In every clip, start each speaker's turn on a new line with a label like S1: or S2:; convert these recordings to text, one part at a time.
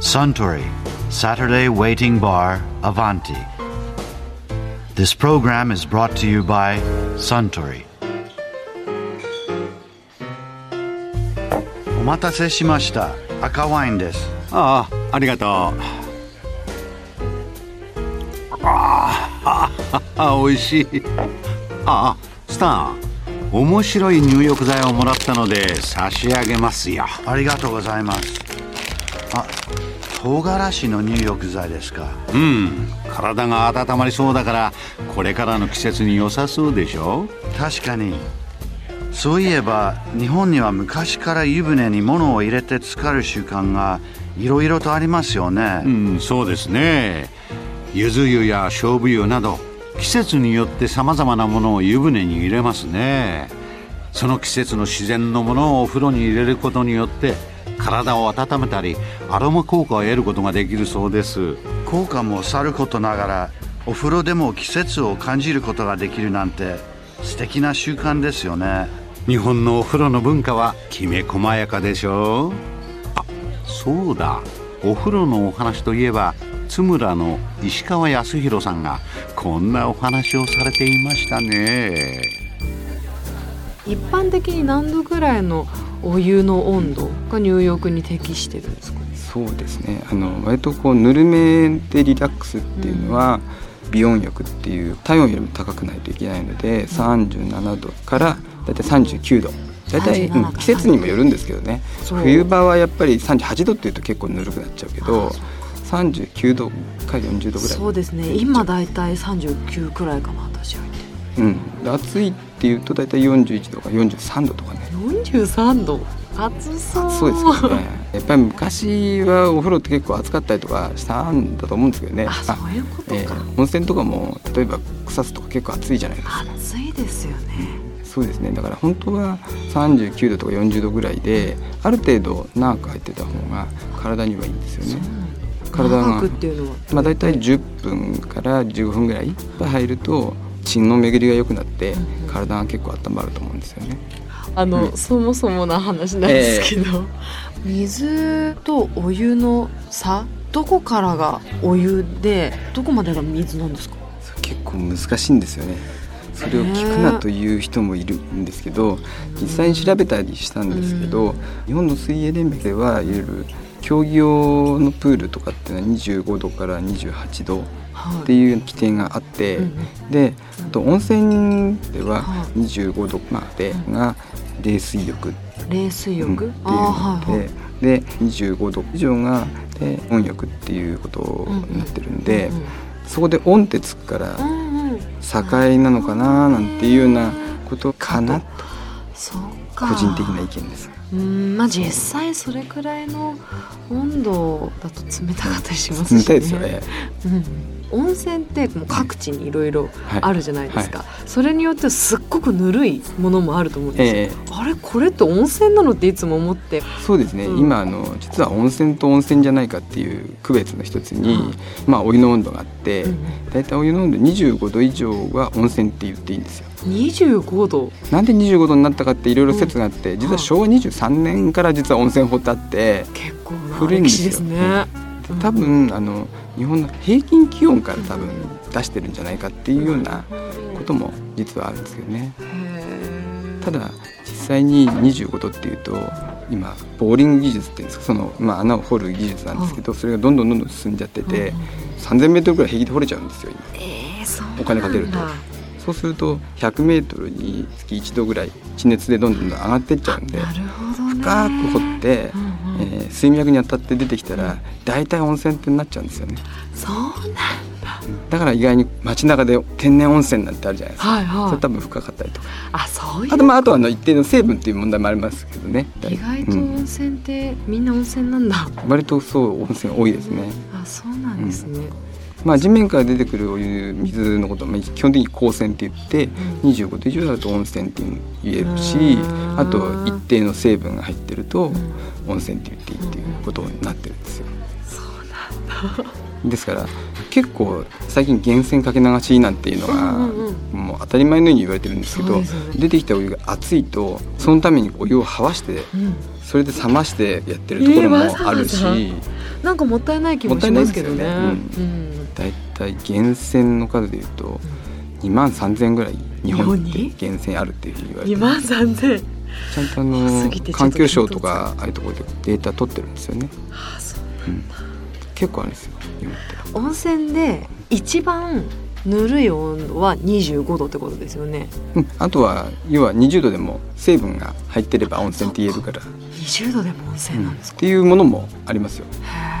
S1: Suntory, Saturday Waiting Bar, Avanti. This program is brought to you by Suntory. お待たせしました。赤ワインです。
S2: ああありがとうああ美味しいああスタン面白い入浴剤をもらったので差し上げますよ
S1: ありがとうございます。あ、唐辛子の入浴剤ですか。
S2: うん体が温まりそうだからこれからの季節に良さそうでしょ
S1: 確かにそういえば日本には昔から湯船に物を入れて浸かる習慣がいろいろとありますよね、
S2: うんそうですねゆず湯や勝負湯など季節によってさまざまなものを湯船に入れますねその季節の自然のものをお風呂に入れることによって体を温めたりアロマ効果を得ることができるそうです
S1: 効果もさることながらお風呂でも季節を感じることができるなんて素敵な習慣ですよね
S2: 日本のお風呂の文化はきめ細やかでしょあそうだお風呂のお話といえば津村の石川康弘さんがこんなお話をされていましたね
S3: 一般的に何度ぐらいのお湯の温度が入浴に適してるんですかね
S4: そうですねあの割とこうぬるめでリラックスっていうのは、美容浴っていう体温よりも高くないといけないので、37度からだいたい39度だいたい、
S3: 37
S4: うん季節にもよるんですけどね
S3: そう
S4: 冬場はやっぱり38度っていうと結構ぬるくなっちゃうけど39度か40度ぐらい
S3: そうですね今だいたい39くらいかな私は
S4: うん、で暑いっていうと大体41度か43度とかね
S3: 43度暑そう
S4: そうですよねやっぱり昔はお風呂って結構暑かったりとかしたんだと思うんですけどね
S3: あそういうこと
S4: え
S3: か、
S4: ー温泉とかも例えば草津とか結構暑いじゃないですか
S3: 暑いですよね
S4: そうですねだから本当は39度とか40度ぐらいである程度長く入ってた方が体にはいいんですよね体
S3: 長
S4: が
S3: くっていうのは
S4: まあ大体10分から15分ぐらい入ると血の巡りが良くなって体が結構温まると思うんですよね
S3: あの、そもそもな話なんですけど、水とお湯の差どこからがお湯でどこまでが水なんですか
S4: 結構難しいんですよねそれを聞くなという人もいるんですけど実際に調べたりしたんですけど、日本の水泳連盟ではいわゆる競技用のプールとかっていうのは25度から28度
S3: はい
S4: っていう規定があって、
S3: うん
S4: であと温泉では
S3: は
S4: 25度までが冷水浴
S3: 冷水浴、
S4: うんっていう
S3: ああーはい
S4: の
S3: はい
S4: でで25度以上がで温浴っていうことになってるんで、そこで温ってつくから
S3: うんうんうんうん
S4: 境なのかななんていうようなことかなと
S3: そっか
S4: 個人的な意見です。
S3: うんまあ実際それくらいの温度だと冷たかったりしますしね
S4: 冷たいですよね。
S3: うん、温泉ってもう各地にいろいろ
S4: はい
S3: あるじゃないですか、それによってすっごくぬるいものもあると思うんですよ、
S4: ええ
S3: あれこれって温泉なのっていつも思って
S4: そうですね、
S3: うん
S4: 今あの実は温泉と温泉じゃないかっていう区別の一つに、
S3: うん
S4: まあ、お湯の温度があって、
S3: うん
S4: だいたいお湯の温度25度以上は温泉って言っていいんですよ。
S3: 25度
S4: なんで25度になったかっていろいろ説があって、実は昭和23年から実は温泉法ってあって
S3: 結構な
S4: 古いんで
S3: 歴史
S4: すよ
S3: ですねうん
S4: 多分あの日本の平均気温から多分出してるんじゃないかっていうようなことも実はあるんですけどね。
S3: へえ
S4: ただ実際に25度っていうと今ボーリング技術っていうんですかその、まあ、穴を掘る技術なんですけどそれがどんどんどんどん進んじゃってて
S3: うん
S4: 3,000メートルぐらい平気で掘れちゃうんですよ今
S3: えーそうなんだ
S4: お金かけるとそうすると100メートルに月1度ぐらい地熱でどんどんどん上がってっちゃうんで
S3: なるほどね
S4: 深く掘って
S3: う、ん
S4: え
S3: うん
S4: ー水脈に当たって出てきたら大体温泉ってなっちゃうんですよね
S3: そうなん
S4: だから意外に街中で天然温泉なんてあるじゃないですか
S3: はい
S4: そ
S3: は
S4: れ
S3: い
S4: 多分深かったりとか
S3: あそういう
S4: あとまああとはあの一定の成分っていう問題もありますけどね
S3: 意外と
S4: うん
S3: 温泉ってみんな温泉なんだ。
S4: 割とそう温泉多いですね、
S3: あ、そうなんですね。
S4: まあ、地面から出てくるお湯水のことはまあ基本的に光泉って言って
S3: うん
S4: 25度以上だと温泉って言えるし
S3: うん
S4: あと一定の成分が入ってると
S3: ん
S4: 温泉って言っていいっていうことになってるんですよ
S3: そう
S4: ですから結構最近源泉かけ流しなんていうのが
S3: うんうん
S4: もう当たり前のように言われてるんですけ
S3: そう
S4: ど
S3: ですよね
S4: 出てきたお湯が熱いとそのためにお湯をはわして
S3: なん。
S4: それで冷ましてやってるところもあるし、
S3: えーわざわなんかもったいない気もしますけどね。
S4: もったいないですよね大体源泉の数でいうと2万3,000ぐらい日本
S3: 日本
S4: に
S3: に
S4: 源泉あるっていうふうに言われて
S3: 二
S4: ま
S3: 万三千。
S4: すちゃんとあ
S3: 多す
S4: の
S3: ぎてちょっと
S4: 環境省とかああいうところでデータ取ってるんですよね
S3: あそう
S4: 結構あるんですよ日本って
S3: 温泉で一番ぬるい温度は25度ってことですよね
S4: うんあとは要は20度でも成分が入ってれば温泉って言えるから、
S3: 20度でも温泉
S4: うん
S3: なん
S4: っ
S3: ですか、
S4: ていうものもありますよ、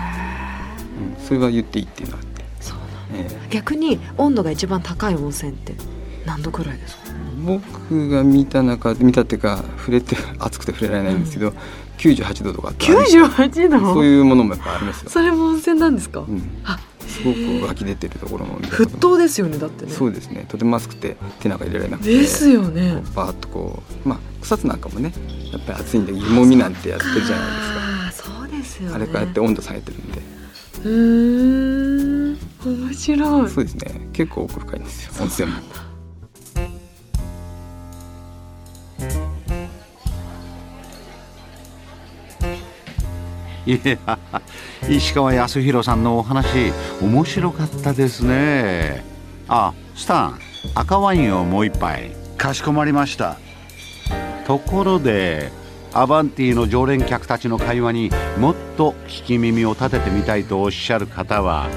S3: へえ
S4: うん、それは言っていいっていうのはあって、
S3: そうなん
S4: え
S3: 逆に温度が一番高い温泉って何度くらいですか
S4: え僕が見た中で見たっていうか触れて熱くて触れられないんですけど、98度とかあって
S3: 98度
S4: そういうものもやっぱありますよ、
S3: それも温泉なんですか、
S4: うん、
S3: あ
S4: すごく湧き出てるところも見たことも
S3: 沸騰ですよねだってね
S4: そうですねとても熱くて手なんか入れられなくて
S3: ですよね
S4: バーッとこうまあ草津なんかもねやっぱり暑いんで湯もみなんてやってるじゃないですか
S3: あーそうですよね
S4: あれこうやって温度下げてるんで
S3: うーん面白い
S4: そうですね結構奥深いんですよ温泉も
S2: いや石川康弘さんのお話面白かったですねあスタン赤ワインをもう一杯
S1: かしこまりました
S2: ところでアバンティの常連客たちの会話にもっと聞き耳を立ててみたいとおっしゃる方は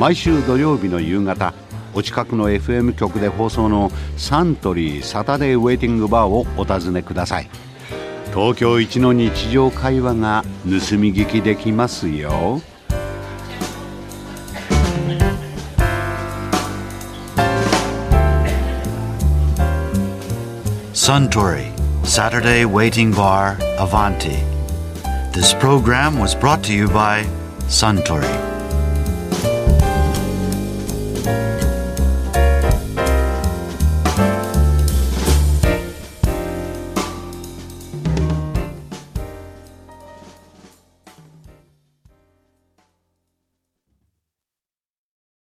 S2: 毎週土曜日の夕方お近くの FM 局で放送のサントリーサタデーウェイティングバーをお尋ねください東京一の日常会話が盗み聞きできますよ
S1: Suntory, Saturday Waiting Bar, Avanti. This program was brought to you by Suntory.